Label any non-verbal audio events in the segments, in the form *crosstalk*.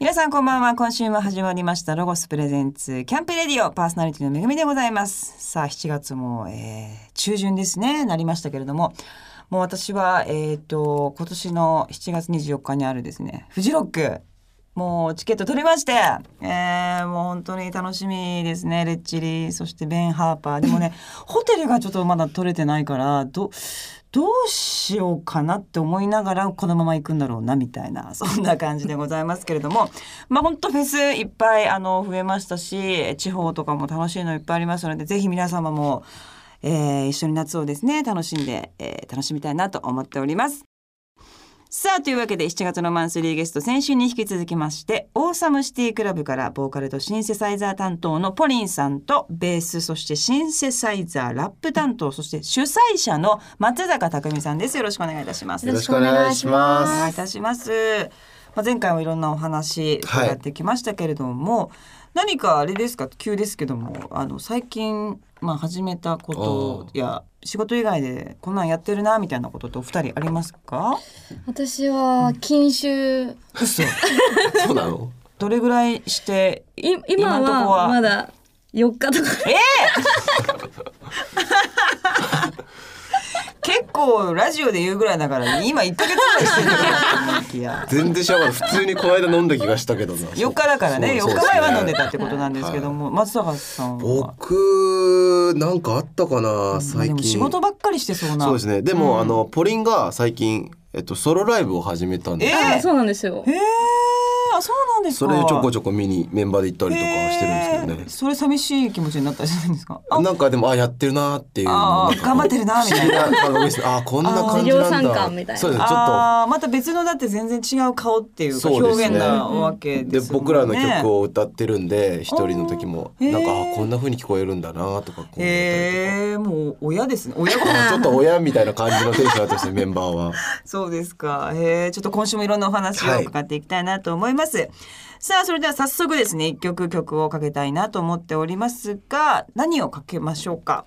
皆さんこんばんは。今週も始まりましたロゴスプレゼンツキャンプレディオパーソナリティのめぐみでございます。さあ7月も、えー中旬ですねなりましたけれども、もう私はえっ、と今年の7月24日にあるですねフジロックもうチケット取りまして、えーもう本当に楽しみですねレッチリそしてベン・ハーパーでもねホテルがちょっとまだ取れてないからどどうしようかなって思いながらこのまま行くんだろうなみたいな *laughs* そんな感じでございますけれどもまあ本当フェスいっぱいあの増えましたし地方とかも楽しいのいっぱいありますのでぜひ皆様も、えー一緒に夏をですね楽しんで、えー楽しみたいなと思っております。さあというわけで7月のマンスリーゲスト先週に引き続きましてオーサムシティクラブからボーカルとシンセサイザー担当のポリンさんとベースそしてシンセサイザーラップ担当そして主催者の松坂匠さんですよろしくお願いいたしますよろしくお願いしお願いまいす。たします。まあ、前回もいろんなお話はい伺ってきましたけれども、何かあれですか急ですけどもあの最近、まあ、始めたことや仕事以外でこんなんやってるなみたいなことってお二人ありますか私は禁酒、そうなの？どれぐらいしてい今今のとこははまだ4日とか結構ラジオで言うぐらいだから今1ヶ月ぐらいしてるのかと思い *laughs* きや全然知らなかった。普通にこの間飲んだ気がした *laughs* けどな。 4日だからね4そう日そうそ前うは飲んでたってことなんですけども、松坂さんは僕なんかあったかな最でも近。仕事ばっかりしてそうなそうですね。でも、あのポリンが最近えっとソロライブを始めたんで、えあそうなんですよへえあそうなんですそかれでちょこちょこ見にメンバーで行ったりとかはしてるんですけへどーね。それ寂しい気持ちになったりするんです *laughs* か。あなんかでもあやってるなっていう。あー頑張ってるなみたいな。な。感覚ですねあこんな感じなんだ。あー量産感みたいなそうですね。ちょっとああーまた別のだって全然違う顔っていうかそうですね表現なわけでですもんね。僕らの曲を歌ってるんで一人の時もあーへーなんかあこんな風に聞こえるんだなとかこう思ったりへえもう親ですね親と子かちょっと親みたいな感じのテンションだとしてメンバ *laughs* ーはそうですかへえちょっと今週もいろんなお話を伺っていきたいなと思います。さあそれでは早速ですね一曲曲をかけたいなと思っておりますが何をかけましょうか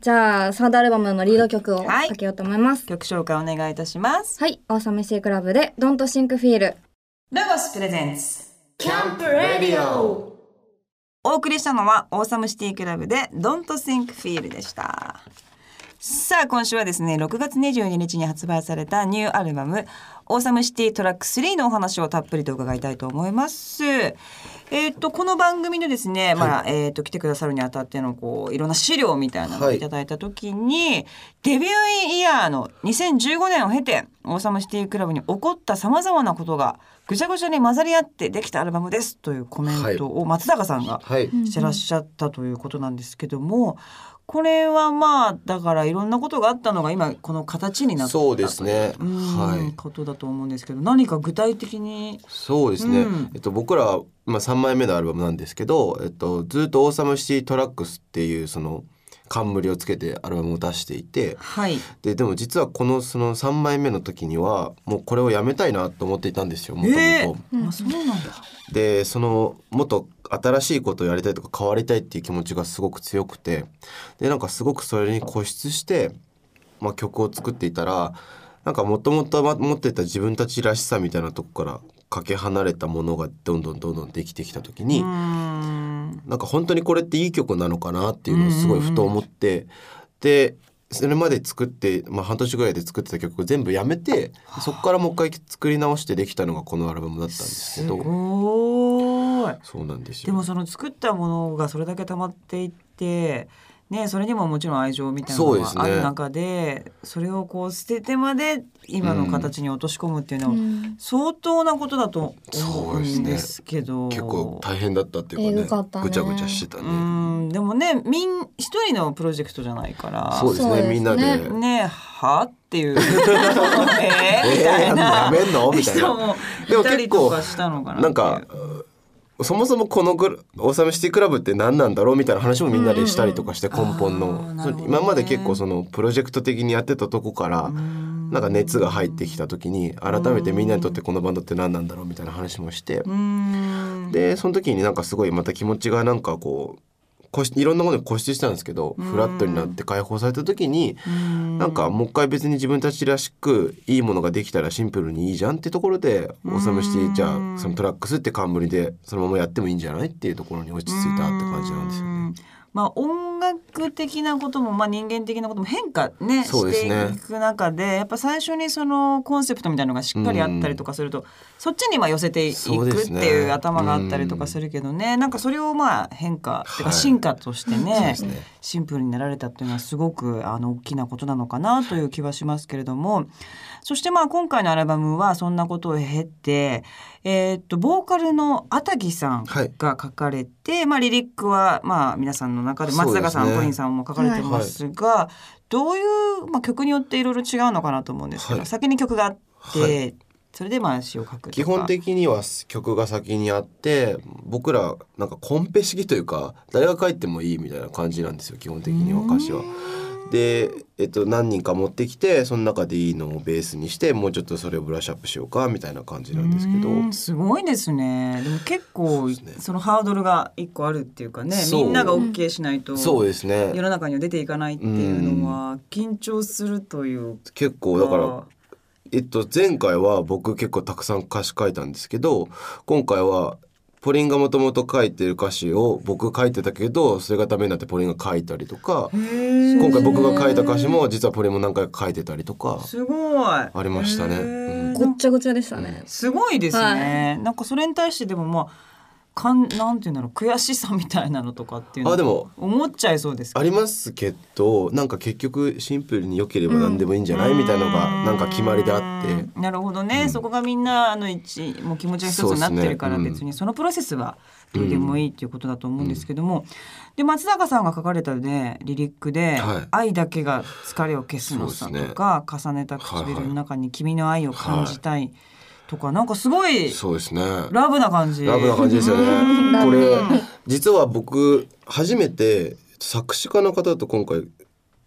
じゃあサードアルバムのリード曲をかはいけようと思います曲紹介お願いいたします。はい、オーサムシークラブで Don't Think Feel ロゴスプレゼンツキャンプレディオお送りしたのはオーサムシティクラブで Don't Think Feel でした。さあ今週はですね6月22日に発売されたニューアルバムオーサムシティトラック3のお話をたっぷりと伺いたいと思います。えっとこの番組のですね、まあえっと来てくださるにあたってのこういろんな資料みたいなのをはいいただいた時に、デビューイヤーの2015年を経てオーサムシティクラブに起こったさまざまなことがぐちゃぐちゃに混ざり合ってできたアルバムですというコメントを松坂さんがはいしてらっしゃったということなんですけども、これはまあだからいろんなことがあったのが今この形になったといそうですねうんはいことだと思うんですけど何か具体的にそうですね、うんえっと僕ら今3枚目のアルバムなんですけど、えっと、ずっと「オーサムシティトラックス」っていうその冠をつけてアルバムを出していてはいででも実はこのその3枚目の時にはもうこれをやめたいなと思っていたんですよもともと。えー、あそうなんだでそのもっと新しいことをやりたいとか変わりたいっていう気持ちがすごく強くてでなんかすごくそれに固執して、まあ、曲を作っていたらなんかもともと持ってた自分たちらしさみたいなとこからかけ離れたものがどんどんどんどんできてきた時に、うんなんか本当にこれっていい曲なのかなっていうのをすごいふと思って、でそれまで作って、まあ、半年ぐらいで作ってた曲を全部やめてそこからもう一回作り直してできたのがこのアルバムだったんですけすど。ごいそうなんですよでもその作ったものがそれだけ溜まっていって、ね、それにももちろん愛情みたいなのそうでがすねある中でそれをこう捨ててまで今の形に落とし込むっていうのはうん相当なことだと思そううですんねですけど。結構大変だったっていうかねえぐかったねぐちゃぐちゃしてたうねんでもねみん一人のプロジェクトじゃないからそうですそうでねすねみんなで「すねはって *laughs* いうえーみたえいー、なやめんの?」みたい人なもでもいたり結と構かしたのかなっていなうんかそもそもこのグルオーサムシティクラブって何なんだろうみたいな話もみんなでしたりとかして、うんうん根本あーの、なそるうほどね今まで結構そのプロジェクト的にやってたとこからんなんか熱が入ってきた時に改めてみんなにとってこのバンドって何なんだろうみたいな話もしてうんでその時になんかすごいまた気持ちがなんかこう固執いろんなものに固執してたんですけど、うんフラットになって解放された時に、ななんかもう一回別に自分たちらしくいいものができたらシンプルにいいじゃんってところでうんおさむしてじゃあそのトラックスって冠でそのままやってもいいんじゃないっていうところに落ち着いたって感じなんですよね。ね。まあ音楽的なことも、まあ、人間的なことも変化ねそうですねしていく中でやっぱ最初にそのコンセプトみたいなのがしっかりあったりとかすると、そっちにまあ寄せていくそうっでてすねいう頭があったりとかするけどね、なんかそれをまあ変化っていうはかい進化としてね,、そうですねシンプルになられたっていうのはすごくあの大きなことなのかなという気はしますけれどもそしてまあ今回のアルバムはそんなことを経て、えーっとボーカルのあたぎさんはいが書かれて、まあ、リリックは、まあ、皆さんの中でそうで松すね坂さん、ポリンさんも書かれてますが、どういう、まあ、曲によっていろいろ違うのかなと思うんですけど、はい先に曲があって、はいそれでまあ詩を書くとか基本的には曲が先にあって僕らなんかコンペ式というか誰が書いてもいいみたいな感じなんですよ基本的には歌詞は。で、えっと、何人か持ってきてその中でいいのをベースにしてもうちょっとそれをブラッシュアップしようかみたいな感じなんですけど。うんすごいですねでも結構そうそ,、ですねのハードルが一個あるっていうかねそみうんなが OK しないとそう世ですねの中には出ていかないっていうのは緊張するという結構だからえっと、前回は僕結構たくさん歌詞書いたんですけど今回はポリンがもともと書いてる歌詞を僕書いてたけどそれがダメになってポリンが書いたりとか今今回僕が書いた歌詞も実はポリンも何回か書いてたりとかすごいあありましたねうんごっちゃごちゃでしたね。すごいですね、なんかそれに対してでもまあかんなんていうんだろう悔しさみたいなのとかっていうのあでも思っちゃいそうですけあどりますけどなんか結局シンプルに良ければ何でもいいんじゃない、みたいなのがなんか決まりであってなるほどね、そこがみんなあの一もう気持ちが一つになってるからそうですね別にそのプロセスはどうでもいいっていうことだと思うんですけども、で松坂さんが書かれたねリリックで「はい愛だけが疲れを消すのさ」そうですとねか、重ねた唇の中に君の愛を感じたい」とか、なんかすごいそうですねラブな感じ。ラブな感じですよね。こう *laughs* れん実は僕初めて作詞家の方と今回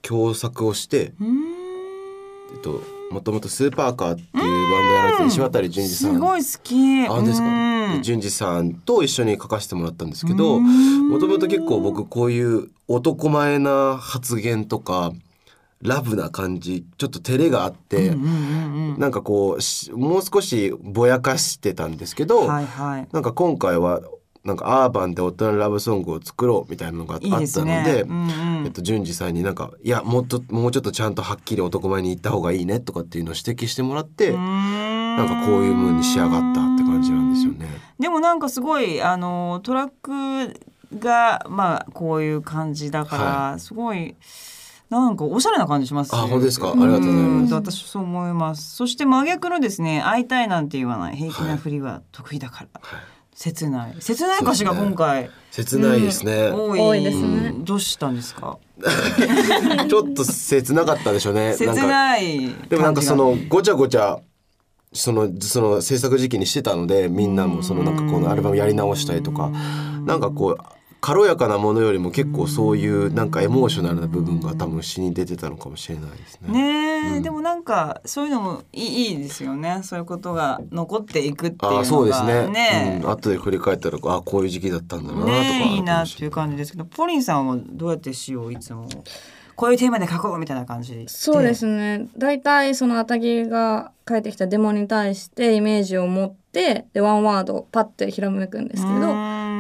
共作をして、うーんえっともともとスーパーカーっていうバンドやられてる石渡淳二さん。すごい好き。あ本当でうすんか。で淳二さんと一緒に書かせてもらったんですけど、うーんもともと結構僕こういう男前な発言とかラブな感じ、ちょっと照れがあって。うんうんうんうんなんかこうしもう少しぼやかしてたんですけど、はいはい。なんか今回はなんかアーバンで大人のラブソングを作ろうみたいなのがあったいいのでですね。うんうんえっと、淳二さんになんかいやもっともうちょっとちゃんとはっきり男前に言った方がいいねとかっていうのを指摘してもらって、ななんかこういう風に仕上がったって感じなんですよね。でもなんかすごいあのトラックがまあこういう感じだから、はすごいなんかおしゃれな感じしますあ本当ですかあんりがとうございますん私そう思います。そして真逆のですね会いたいなんて言わない平気はないふりは得意だから、はい切ない切ない歌詞が今回切ないですね、多い,、多いですねどうしたんですか。ちょっと切なかったでしょう *laughs* ね切んかない感じがでもなんかそのごちゃごちゃそのその制作時期にしてたのでみんなもそのなんかこのアルバムやり直したりとかなんかこう軽やかなものよりも結構そういうなんかエモーショナルな部分が多分詩に出てたのかもしれないですね。ねえ、でもなんかそういうのもいいいいですよねそういうことが残っていくっていうのあがあそうですねねうん、後で振り返ったらああこういう時期だったんだなとかあるかもしれねないいなっていう感じですけどポリンさんはどうやって詩をいつもこういうテーマで書こうみたいな感じそうですね。だいたいそのあたぎが書いてきたデモに対してイメージを持って、で、ワンワードパッてひらめくんですけど、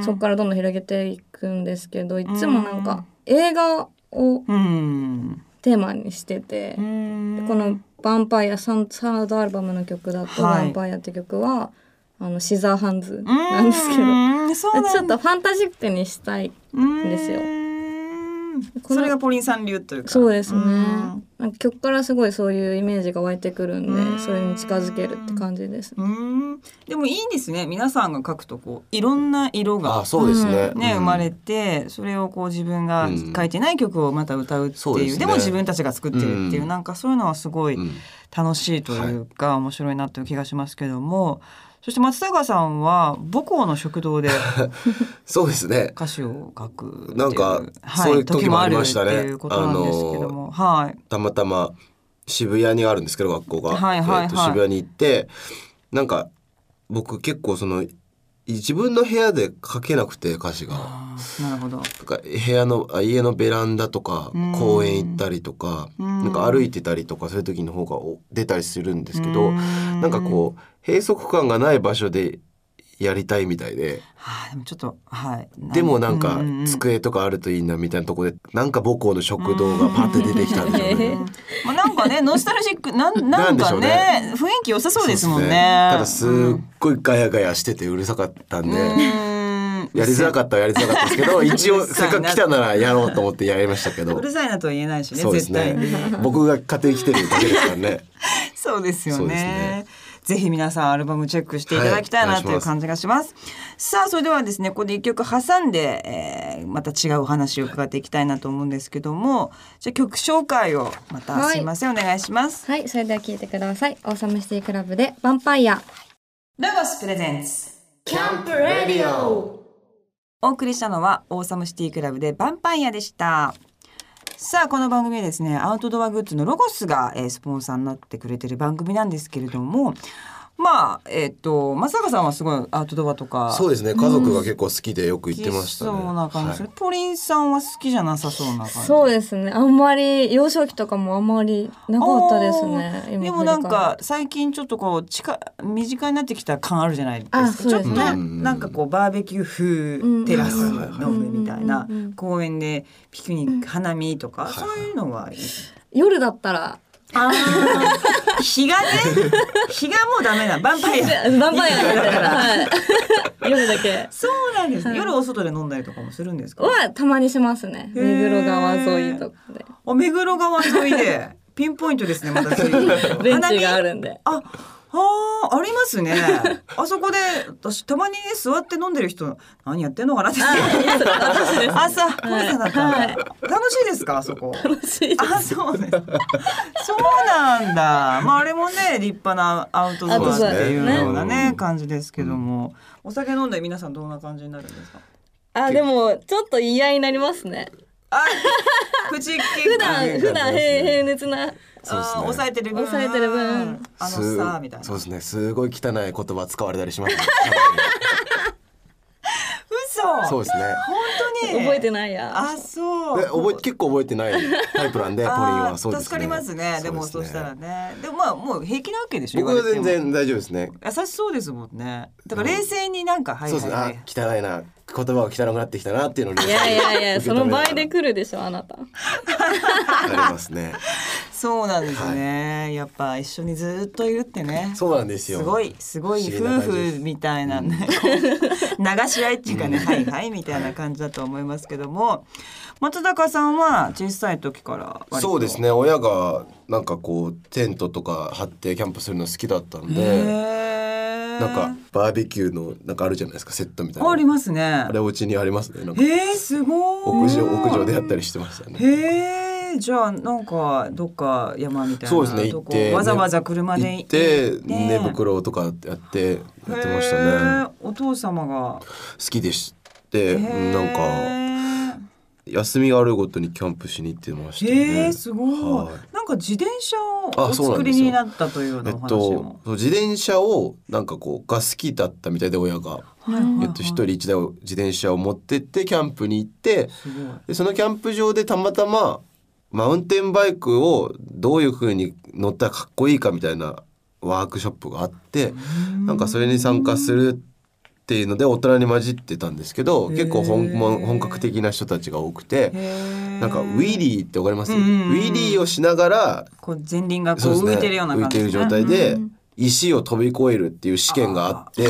そこらからどんどん広げていくんですけどいつもなんか映画をうんテーマにしてて、うでんこの「ヴァンパイア」サンサードアルバムの曲だと「ヴはいァンパイア」って曲はあのシザーハンズうなんですけど、うんそうちなょっんとファンタジックにしたいうんですよこのそれがポリンさん流というかそうですね、んなんか曲からすごいそういうイメージが湧いてくるんで、うんそれに近づけるって感じですね。うんでもいいですね皆さんが書くとこういろんな色あがあそうですね。ね、うん生まれてそれをこう自分が書いてない曲をまた歌うっていう,、そうでですねも自分たちが作ってるっていう、うんなんかそういうのはすごいうん楽しいというか、面白いなという気がしますけどもそして松坂さんは母校の食堂 *laughs* でそうですね。歌詞を書くっていうなんかはい、そういう時もありましたね時もあるっていうことなんですけども、はい、たまたま渋谷にあるんですけど学校が、はいはいはいえーと渋谷に行ってなんか僕結構その自分の部屋で書けなくて歌詞が。あーなるほど。なんか部屋のあ家のベランダとかうん公園行ったりとかうんなんか歩いてたりとかそういう時の方がお出たりするんですけうどんなんかこう閉塞感がない場所でやりたいみたいではい、でもちょっとはい。でもなんかうううん机とかあるといいなみたいなとこでなんか母校の食堂がパッて出てきたんですよ *laughs* ね。まあなんか *laughs* ねノスタルジックなんななんんでしかょうねね雰囲気良さそうですもんね。ただすっごいガヤガヤしててうるさかったんで、やりづらかっったはやりづらかったですけ *laughs* ど一応うるさせっいなかく来たならやろうと思ってやりましたけうどるさいなとは言えないしねそうです絶対に。ね僕が家庭来てるだけですからねそうですよそうねですねぜひ皆さんアルバムチェックしていただきたいはないという感じがします,、さあそれではですねここで一曲挟んで、えーまた違うお話を伺っていきたいなと思うんですけどもじゃあ曲紹介をまた、はすいいませんお願いしますはい、それでは聞いてください。オーサムシティクラブでヴァンパイア。ロゴスプレゼンツお送りしたのはオーサムシティクラブでバンパイアでしたさあこの番組はですねアウトドアグッズのロゴスが、えースポンサーになってくれてる番組なんですけれどもまあえっ、と松坂さんはすごいアウトドアとか *laughs* そうでですね家族が結構好きでよく行ってましたね、そうな感じする、はポリンさんは好きじゃなさそうな感じそうですね。あんまり、幼少期とかもあんまりなかったですね。あー今でもなん振り返かる最近ちょっとこう近身近になってきた感あるじゃないですかあそうちでょっすとねねうんなんかこうバーベキュー風テラスの上みたいなうんうんうんうん公園でピクニック花見とかそういうのはいい夜だった *laughs* ら、あー *laughs* 日がね日がもうダメなヴァンパイヴアァンパイアだったら、はい、 *laughs* 夜だけ。そうなんです、夜お外で飲んだりとかもするんですかは、たまにしますね。へー目黒川沿いとか *laughs* で。お目黒川沿い *laughs* でピンポイントですねまた随分ベン花チ見があるんで。あ、あーありますね。あそこで私たまにね座って飲んでる人何やってんのかなって。朝、は朝いだったんだ。楽しいですかあそこ。楽し *laughs* いですあ、そうです。そうなんだ。まああれもね立派なアウトドアっていうようなアウトドアですねね感じですけども、お酒飲んで皆さんどんな感じになるんですか。あ、でも、ちょっと言い合いになりますね。あ、口結構普段、普段、平平熱な。そうですねあー抑えてる分、抑えてる分あすのさみたいな。そうですねすごい汚い言葉使われたり *laughs* しますね嘘。そうですね本当に覚えてないや。あそうで覚え結構覚えてないタイプなんでポリンあはそうですね助かりますねでもそうしたらねでもまあもう平気なわけでしょ僕は言われて全も然大丈夫ですね優しそうですもんねだから冷静になんか、はいそうはですいね、はあい汚いな言葉が汚くなってきたなっていうのにいやいやいや、*laughs* その倍で受け来るでしょ、あなた。止められますねそうなんですね、やっぱ一緒にずっといるってねそうなんですよすごいすごい不思議な夫感じです婦みたいなね、こう *laughs* 流し合いっていうかね、はいはいみたいな感じだと思いますけども松坂さんは小さい時から *laughs* 割とそうですね親がなんかこうテントとか張ってキャンプするの好きだったんへでーなんかバーベキューのなんかあるじゃないですかセットみたいなありますねあれお家にありますねなんかえー、すごい屋上屋上でやったりしてましたねへえじゃあなんかどっか山みたいなそうですね行とっこてわざわざ車で行って寝袋とかやってやってましたねねお父様が好きでしてうんなんかか休みがあるごとにキャンプしに行ってましたへねえすごいはいなんか自転車をあおそうな作んでりすよになったというようなえおっ話とも、そう自転車をなんかこうが好きだったみたいで親が、はいはいはいえっと、一人一台を自転車を持ってってキャンプに行ってすごいでそのキャンプ場でたまたまマウンテンバイクをどういう風に乗ったらかっこいいかみたいなワークショップがあってなんかそれに参加するっていうので大人に混じってたんですけどへー結構本物本格的な人たちが多くへてえなんかウィリーってわかりますウうんうんうんィリーをしながらこう前輪がこそううですね浮いてるような浮感いてじる状態で石を飛び越えるっていう試験があって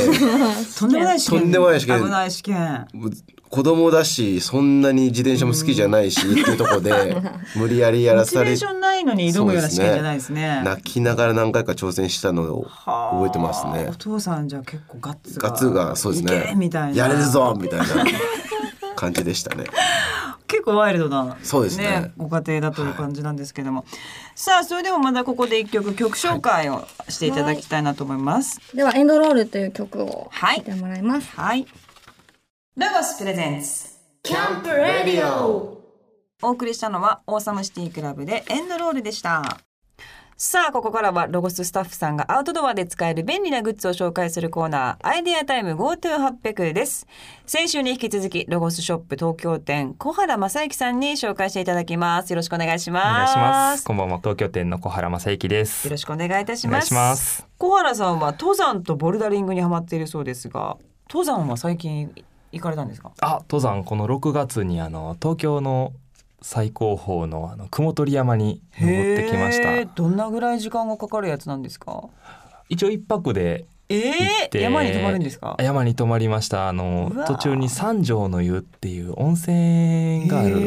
とんでもない試験とんでもない試験危ない試験もう子供だしそんなに自転車も好きじゃないしっていうとこで *laughs* 無理やりやモらチさベーれションないのに挑むような試験じゃないですね泣きながら何回か挑戦したのをはあ覚えてますねお父さんじゃあ結構ガッツがガツがそうですいけねみたいなやれるぞみたいな感じでしたね。結構ワイルドなそうですねご家庭だという感じなんですけども、さあそれでもまだここで一曲曲紹介をしていただきたいなと思いますでは、エンドロールという曲をはい聴いてもらいます。はい、ロゴスプレゼンツキャンプレディオお送りしたのはオーサムシティクラブでエンドロールでしたさあここからはロゴススタッフさんがアウトドアで使える便利なグッズを紹介するコーナーアイデアタイム GoTo800 です先週に引き続きロゴスショップ東京店小原正幸さんに紹介していただきますよろしくお願いしお願まいすします。こんばんは、東京店の小原正幸です。よろししくお願いいたしお願まいすします。小原さんは登山とボルダリングにハマっているそうですが登山は最近行かれたんですかあ、登山この6月にあの東京の最高峰のあの雲取山に登ってきましへーた。どんなぐらい時間がかかるやつなんですか一応一泊でえ行っえて山に泊まるんですか山に泊まりました。あのうわー途中に三条の湯っていう温泉があるキ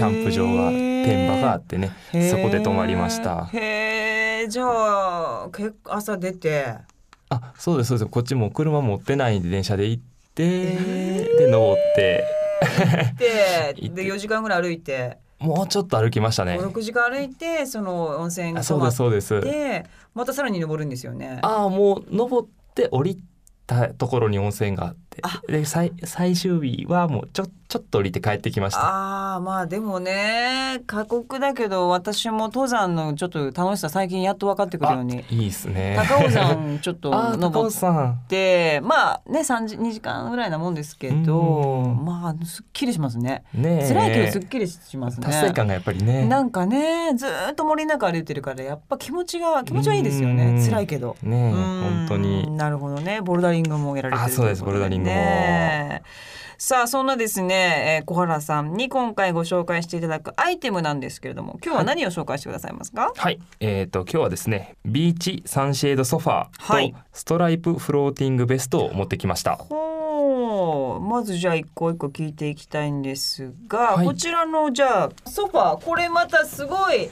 ャンプ場がへー天場があってね、へーそこで泊まりました。へえじゃあ結構朝出てあ、そうですそうです。こっちもう車持ってないんで電車で行ってへで登って。で行ってで4時間ぐらい歩いてもうちょっと歩きましたね。 56時間歩いてその温泉あに泊そうまでっすそうです。てまたさらに登るんですよね。 *laughs* ああもう登って降りたところに温泉があってで最最終日はもうちょちょっと降りて帰ってきましたあーまあでもね過酷だけど私も登山のちょっと楽しさ最近やっと分かってくるようにいいですね高尾山ちょっと *laughs* あー高尾登っ山てまあね3時2時間ぐらいなもんですけどうんまあすっきりしますねねえ辛いけどすっきりしますね達成感がやっぱりねなんかねずーっと森の中歩いてるからやっぱ気持ちが気持ちはいいですよねうん辛いけど。ねえうん本当になるほどねボルダリングもやられてるあそうですといことボルダリングもねさあそんなですね、えー小原さんに今回ご紹介していただくアイテムなんですけれども今日は何を紹介してくださいますか、はいえー、と今日はですねビーチサンシェードソファはーいとストライプフローティングベストを持ってきました、ほうまずじゃあ一個一個聞いていきたいんですが、はいこちらのじゃあソファーこれまたすごい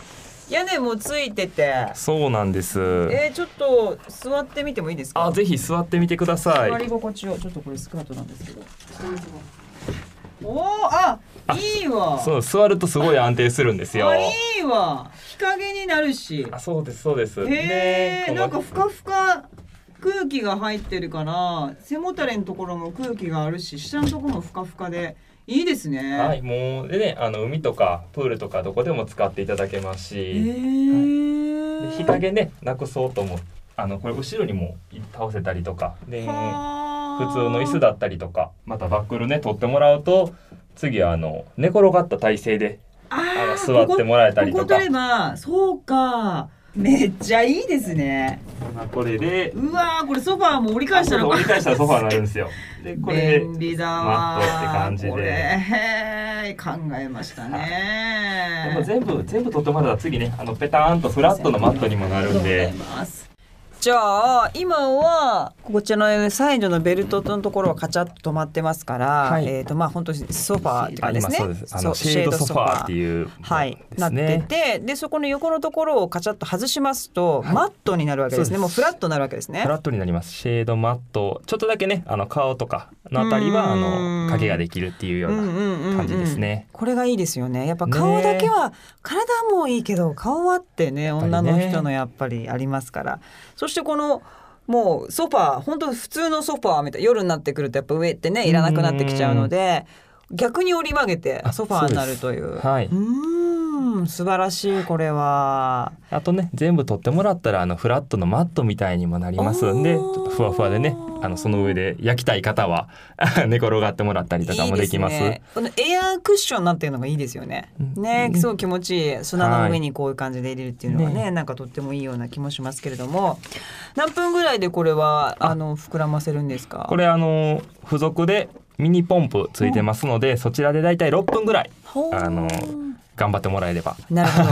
屋根もついててそうなんですえー、ちょっと座ってみてもいいですかあぜひ座ってみてください座り心地をちょっとこれスカートなんですけどおおーあいいわそう座るとすごい安定するんですよあいいわ日陰になるしあそうですそうですへねえこなんかふかふか空気が入ってるから背もたれのところも空気があるし下のところもふかふかでいいですね、はい、もうでねあの海とかプールとかどこでも使っていただけますへし、え、で日陰ねなくそうともあのこれ後ろにも倒せたりとかで普普通の椅子だったりとかまたバックルね取ってもらうと次はあの寝転がった体勢でああのー座ってもらえたりことこここか取ればそうかめっちゃいいですねまあこれでうわーこれソファーも折り返したら折り返したらソファーになるんですよ。でこれで便利だわマットって感じでこれへー考えましたねでも全部全部取ってもらったら次ねあのペターンとフラットのマットにもなるんあでりがとうございますじゃあ今はこちらのサイドのベルトのところはカチャッと止まってますから、はいえっ、とまあ本当にソファーってあ感じです今ね。そうですあそのうシェードソファーってういうはい、でなすってね。てでそこの横のところをカチャッと外しますと、はいマットになるわけですねそうですもうフラットになるわけですねフ。ラットになりますシェードマットちょっとだけねあの顔とかのあたりはあうんの影ができるっていうような感感じですね、これがいいですよねやっぱね顔だけは、体もいいけど顔はってねぱりね女の人のやっぱりありますからそしてこのもうソファー本当普通のソファーみたい夜になってくるとやっぱ上ってねいらなくなってきちゃうので逆に折り曲げてあソファーになるという。はいうーん素晴らしいこれは。あとね全部取ってもらったらあのフラットのマットみたいにもなりますんでちょっとふわふわでねあのその上で焼きたい方は *laughs* 寝転がってもらったりとかもできますいいすね、このエアークッションになってるのがいいですよね。うんね、うんすごい気持ちいい砂の上にこういう感じで入れるっていうのはね、なんかとってもいいような気もしますけれども、何分ぐらいでこれはあの膨らませるんですか。これあの付属でミニポンプついてますのでそちらでだいたい6分ぐらいほうあの頑張ってもらえればなるほ *laughs* ど、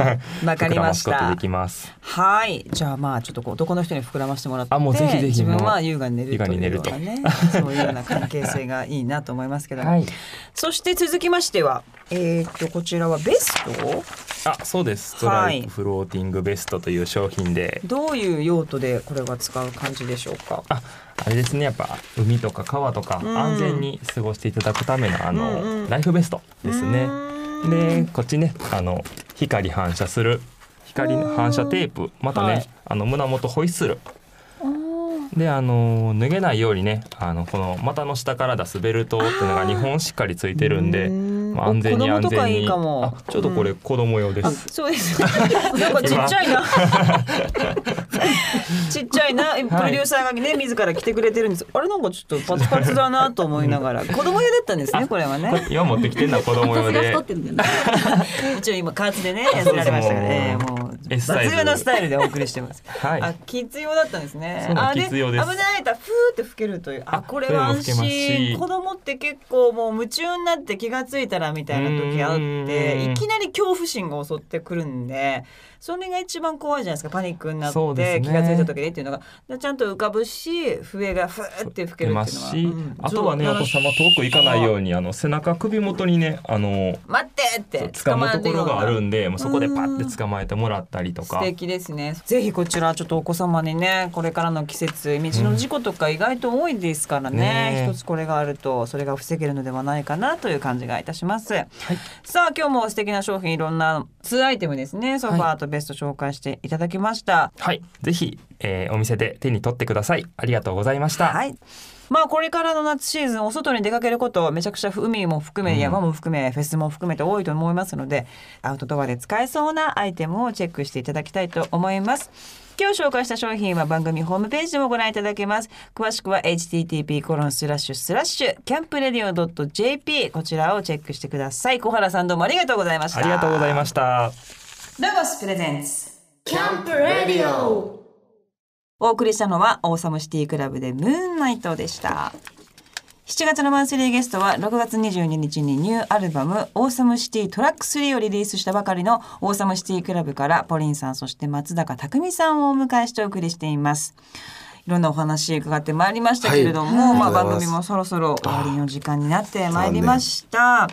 わかり膨らまましすことたで。きますはい、じゃあまあちょっとこう男の人に膨らましてもらって、あもうぜひぜひ自分もうは優雅に寝る優雅とにい寝うよるうとなね、そういうような関係性がいいなと思いますけども、 *laughs* はいそして続きましては、えーっとこちらはベスト。あそうですストライプフローティングベストという商品で、どういう用途でこれが使う感じでしょうか。ああれですねやっぱ海とか川とかうん安全に過ごしていただくためのあの、うんうんライフベストですね。でで、こっちねあの光反射する光の反射テープまたね、はいあの胸元ホイッスルであの脱げないようにねあのこの股の下から出すベルトっていうのが2本しっかりついてるんでうんまも安全にお子安供とか全にいいかもあちょっとこれ子供用であす、そうです。なんかちっちゃい *laughs* な。ちっちゃいな、プロデューサーがね、自ら来てくれてるんです。あれなんかちょっとパツパツだなと思いな *laughs* がら、子供用だったんですね、これはね。今持ってきてるのは子供用私がで太ってるんだよね。もちろん今加圧でね、やられましたからね、そうそうもう。 S サイズ抜群のスタイルでお送りしてます。はいあ、キッズ用だったんですね。そうなんあでキッズ用です危ないだ、ふーって吹けるという。あ、あこれは安それも吹けます心。し子供って結構もう夢中になって気がついたらみたいな時あっうーて、んいきなり恐怖心が襲ってくるんで、それが一番怖いじゃないですか。パニックになっそうて、ですね気がついた時でっていうのが、でちゃんと浮かぶし、笛がふーって吹け出るっまていうのすは。し、うんあとはねお子様遠く行かないようにあの背中首元にねあの待ってって掴むところがあるんでもうそこでうんパッて捕まえてもらったりと素か敵ですねぜひこちらちょっとお子様にねこれからの季節道の事故とか意外と多いですからね,、ねえ一つこれがあるとそれが防げるのではないかなという感じがいたします、さあ今日も素敵な商品いろんな2アイテムですねソファーとベスト紹介していただきましたはいぜひ、えーお店で手に取ってくださいありがとうございました、はい。まあこれからの夏シーズンお外に出かけることめちゃくちゃ海も含め山も含め、フェスも含めて多いと思いますのでアウトドアで使えそうなアイテムをチェックしていただきたいと思います今日紹介した商品は番組ホームページでもご覧いただけます詳しくは http コロンスラッシュスラッシュキャンプレディオ .jp こちらをチェックしてください小原さんどうもありがとうございましたありがとうございましたロゴスプレゼンツキャンプレディオお送りしたのはオーサムシティクラブでムーンナイトでした7月のマンスリーゲストは6月22日にニューアルバム「オーサムシティトラック3」をリリースしたばかりのオーサムシティクラブからポリンさんそして松坂匠さんをお迎えしてお送りしていますいろんなお話伺ってまいりましたけれども、はいまあ、ありがとう番ございます組もそろそろ終わりの時間になってまいりました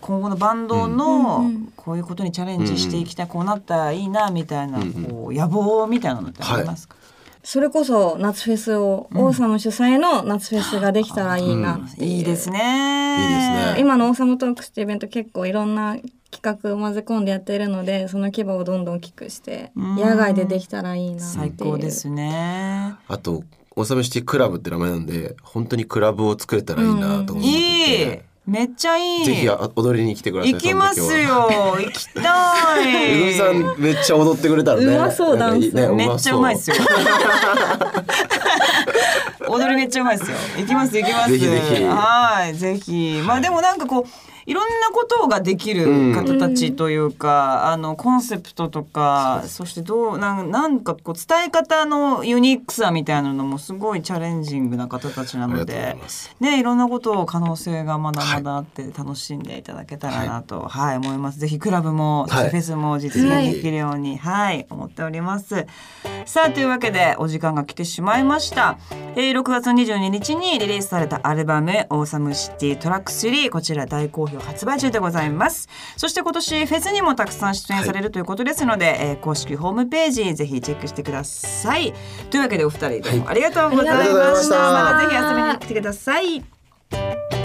今後のバンドうんうのんこういうことにチャレンジしていきたい、こうなったらいいなみたいなうんうんこう野望みたいなのってありますか、それこそ夏フェスを、うんオーサム主催の夏フェスができたらいいなっていう、いいですね。いいですね今のオーサムトークスっていうイベント結構いろんな企画を混ぜ込んでやっているのでその規模をどんどん大きくしてうん野外でできたらいいなっていう最高ですね。あとオーサムシティクラブって名前なんで本当にクラブを作れたらいいなと思っていいいて、。めっちゃいい。ぜひあ踊りに来てください行きますそよの時は。行きため *laughs* ぐみさい。んめっちゃ踊ってくれたらねうまそうなんかいいダンねスめっちゃうまいっすよ。踊りめっちゃうまいっすよ。行きます行きます。ぜひぜひはいぜひ。まあでもなんかこう。いろんなことができる方たちというか、あのコンセプトとかそしてどうなんなんかこう伝え方のユニークさみたいなのもすごいチャレンジングな方たちなありのがとうござでいますね、いろんなことを可能性がまだまだあって楽しんでいただけたらなと、はい思います。ぜひクラブも、そしてフェスも実現できるように、はい思っております。さあというわけでお時間が来てしまいました。えー、6月22日にリリースされたアルバム「オーサムシティトラック3」こちら大好評発売中でございますそして今年フェスにもたくさん出演されるということですので、えー公式ホームページぜひチェックしてくださいというわけでお二人どうもありがとうございまありがとうございまししたたまたぜひ遊びに来てください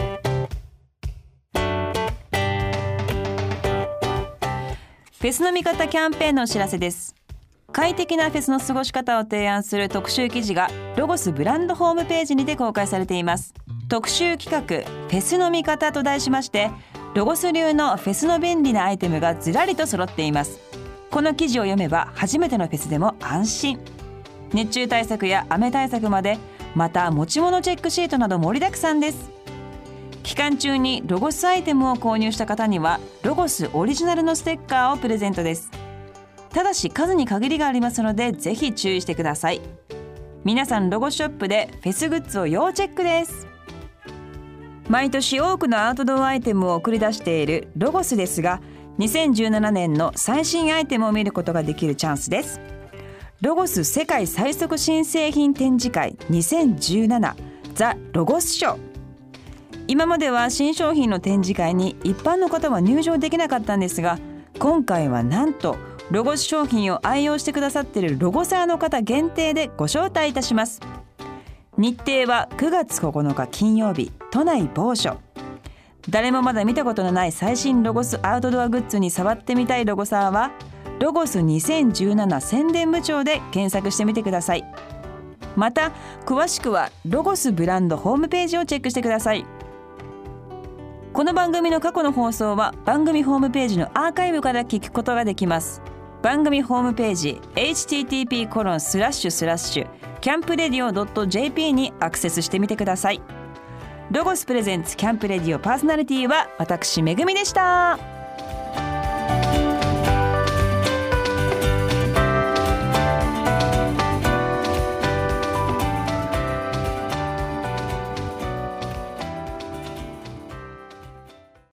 フェスの見方キャンペーンのお知らせです快適なフェスの過ごし方を提案する特集記事がロゴスブランドホームページにて公開されています特集企画フェスの見方と題しましてロゴス流のフェスの便利なアイテムがずらりと揃っていますこの記事を読めば初めてのフェスでも安心熱中対策や雨対策までまた持ち物チェックシートなど盛りだくさんです期間中にロゴスアイテムを購入した方にはロゴスオリジナルのステッカーをプレゼントですただし数に限りがありますのでぜひ注意してください皆さんロゴショップでフェスグッズを要チェックです毎年多くのアウトドアアイテムを送り出しているロゴスですが2017年の最新アイテムを見ることができるチャンスですロゴス世界最速新製品展示会2017ザ・ロゴスショー今までは新商品の展示会に一般の方は入場できなかったんですが今回はなんとロゴス商品を愛用してくださっているロゴサーの方限定でご招待いたします日程は9月9日金曜日都内某所誰もまだ見たことのない最新ロゴスアウトドアグッズに触ってみたいロゴサーはロゴス2017宣伝部長で検索してみてくださいまた詳しくはロゴスブランドホームページをチェックしてくださいこの番組の過去の放送は番組ホームページのアーカイブから聞くことができます番組ホームページ http コロンスラッシュスラッシュキャンプレディオ .jp にアクセスしてみてくださいロゴスプレゼンツキャンプレディオパーソナリティは私めぐみでした